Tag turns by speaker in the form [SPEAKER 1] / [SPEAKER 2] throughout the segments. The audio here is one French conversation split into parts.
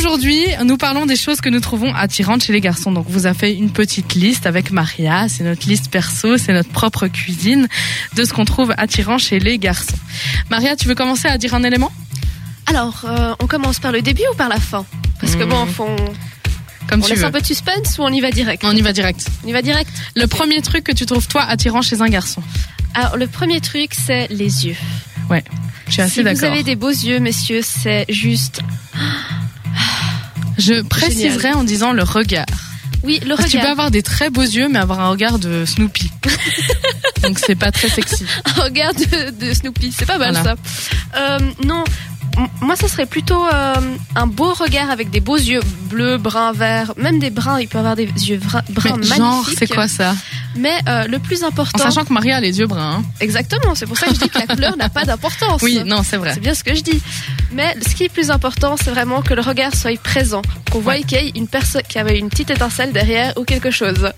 [SPEAKER 1] Aujourd'hui, nous parlons des choses que nous trouvons attirantes chez les garçons. Donc, on vous a fait une petite liste avec Maria. C'est notre liste perso, c'est notre propre cuisine de ce qu'on trouve attirant chez les garçons. Maria, tu veux commencer à dire un élément
[SPEAKER 2] Alors, euh, on commence par le début ou par la fin Parce que
[SPEAKER 1] Mmh.
[SPEAKER 2] bon, faut-
[SPEAKER 1] Comme
[SPEAKER 2] on
[SPEAKER 1] tu
[SPEAKER 2] laisse
[SPEAKER 1] veux.
[SPEAKER 2] un peu de suspense ou on y va direct
[SPEAKER 1] On y va direct.
[SPEAKER 2] On y va direct
[SPEAKER 1] Le premier truc que tu trouves toi attirant chez un garçon.
[SPEAKER 2] Alors, le premier truc, c'est les yeux.
[SPEAKER 1] Je suis assez
[SPEAKER 2] si vous
[SPEAKER 1] d'accord.
[SPEAKER 2] avez des beaux yeux, messieurs, c'est juste.
[SPEAKER 1] Je préciserai en disant le regard.
[SPEAKER 2] Oui, le
[SPEAKER 1] Parce que Ah, tu peux
[SPEAKER 2] regard.
[SPEAKER 1] avoir des très beaux yeux, mais avoir un regard de Snoopy. Donc c'est pas très sexy.
[SPEAKER 2] Un regard de, de Snoopy, c'est pas mal
[SPEAKER 1] Voilà.
[SPEAKER 2] ça. Euh, non, m- moi, ça serait plutôt euh, un beau regard avec des beaux yeux bleus, bruns, verts. Même des bruns, il peut avoir des yeux vra-
[SPEAKER 1] Mais
[SPEAKER 2] bruns magnifiques.
[SPEAKER 1] genre, c'est quoi ça
[SPEAKER 2] Mais euh, le plus
[SPEAKER 1] En
[SPEAKER 2] important.
[SPEAKER 1] sachant que Maria a les yeux bruns. hein.
[SPEAKER 2] Exactement, c'est pour ça que je dis que la couleur n'a pas d'importance.
[SPEAKER 1] Oui, non, c'est vrai.
[SPEAKER 2] C'est bien ce que je dis. Mais ce qui est plus important, c'est vraiment que le regard soit présent, qu'on voie
[SPEAKER 1] Ouais.
[SPEAKER 2] qu'il y ait une personne qui avait une petite étincelle derrière ou quelque chose.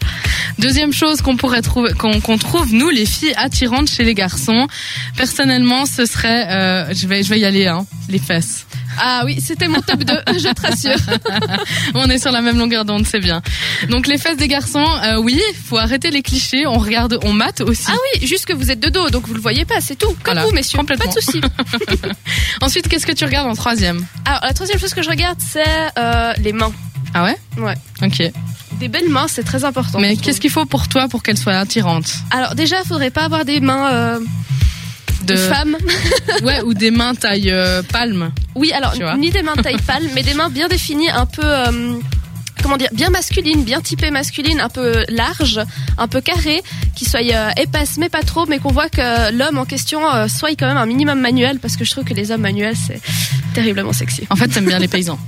[SPEAKER 1] Deuxième chose qu'on pourrait trouver, qu'on qu'on trouve nous les filles attirantes chez les garçons. Personnellement, ce serait, euh, je vais, je vais y aller, hein, les fesses.
[SPEAKER 2] Ah oui, c'était mon top 2, je te rassure.
[SPEAKER 1] On est sur la même longueur d'onde, c'est bien. Donc les fesses des garçons, euh, oui, faut arrêter les clichés. On regarde, on mate aussi.
[SPEAKER 2] Ah oui, juste que vous êtes de dos, donc vous le voyez pas, c'est tout. Comme
[SPEAKER 1] Voilà,
[SPEAKER 2] vous, messieurs, pas
[SPEAKER 1] complètement.
[SPEAKER 2] de souci.
[SPEAKER 1] Ensuite, qu'est-ce que tu regardes en troisième
[SPEAKER 2] Alors, la troisième chose que je regarde, c'est euh, les mains.
[SPEAKER 1] Ah ouais
[SPEAKER 2] Ouais.
[SPEAKER 1] Ok.
[SPEAKER 2] Des belles mains, c'est très important.
[SPEAKER 1] Mais qu'est-ce qu'il faut pour toi pour qu'elles soient attirantes
[SPEAKER 2] Alors déjà, il faudrait pas avoir des mains euh, de femmes.
[SPEAKER 1] ouais, ou des mains taille euh, palme.
[SPEAKER 2] Oui, alors
[SPEAKER 1] Tu vois.
[SPEAKER 2] ni des mains de taille pâle, mais des mains bien définies, un peu euh, comment dire, bien masculines, bien typées masculines, un peu larges, un peu carrées, qui soient euh, épaisses mais pas trop, mais qu'on voit que l'homme en question euh, soit quand même un minimum manuel, parce que je trouve que les hommes manuels c'est terriblement sexy.
[SPEAKER 1] En fait, t'aimes bien les paysans.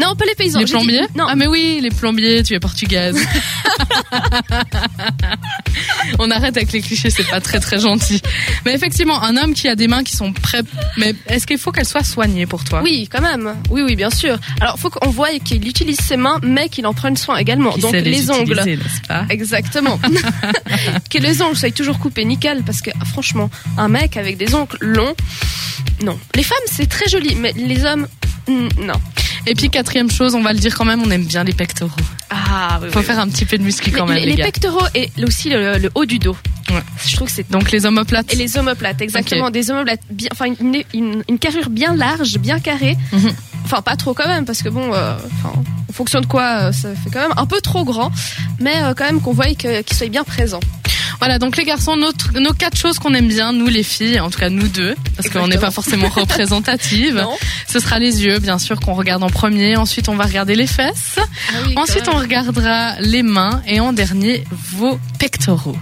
[SPEAKER 2] Non, pas les paysans.
[SPEAKER 1] les
[SPEAKER 2] j'ai dit-
[SPEAKER 1] plombiers
[SPEAKER 2] Non,
[SPEAKER 1] Ah mais oui, les plombiers, tu es portugaise. On arrête avec les clichés, c'est pas très très gentil. Mais effectivement, un homme qui a des mains qui sont prêtes... Mais est-ce qu'il faut qu'elles soient soignées pour toi
[SPEAKER 2] oui, quand même. Oui, oui, bien sûr. Alors, faut qu'on voie qu'il utilise ses mains, mais qu'il en prenne soin également.
[SPEAKER 1] Qui
[SPEAKER 2] Donc
[SPEAKER 1] sait
[SPEAKER 2] les, ongles.
[SPEAKER 1] utiliser, n'est-ce pas
[SPEAKER 2] Exactement. que les ongles soient toujours coupés nickel, parce que franchement, un mec avec des ongles longs, non. Les femmes, c'est très joli, mais les hommes, mm, non.
[SPEAKER 1] Et puis quatrième chose, on va le dire quand même, on aime bien les pectoraux.
[SPEAKER 2] Ah, oui,
[SPEAKER 1] Faut faire un petit peu de muscu quand même,
[SPEAKER 2] les,
[SPEAKER 1] les, gars.
[SPEAKER 2] pectoraux et aussi le, le haut du dos.
[SPEAKER 1] Ouais.
[SPEAKER 2] Je trouve que c'est.
[SPEAKER 1] Donc les omoplates.
[SPEAKER 2] Et les omoplates, exactement.
[SPEAKER 1] Ok.
[SPEAKER 2] Des omoplates, bien, enfin une, une, une carrure bien large, bien carrée.
[SPEAKER 1] Mhm.
[SPEAKER 2] Enfin, pas trop quand même, parce que bon, euh, enfin, en fonction de quoi, euh, ça fait quand même un peu trop grand, mais euh, quand même qu'on voie que- qu'il soit bien présent.
[SPEAKER 1] Voilà, donc les garçons, notre- nos quatre choses qu'on aime bien, nous les filles, en tout cas nous deux, parce qu'on n'est pas forcément représentatives.
[SPEAKER 2] Non
[SPEAKER 1] Ce sera les yeux, bien sûr, qu'on regarde en premier. Ensuite, on va regarder les fesses.
[SPEAKER 2] Ah oui, quand
[SPEAKER 1] Ensuite,
[SPEAKER 2] même.
[SPEAKER 1] on regardera les mains. Et en dernier, vos pectoraux.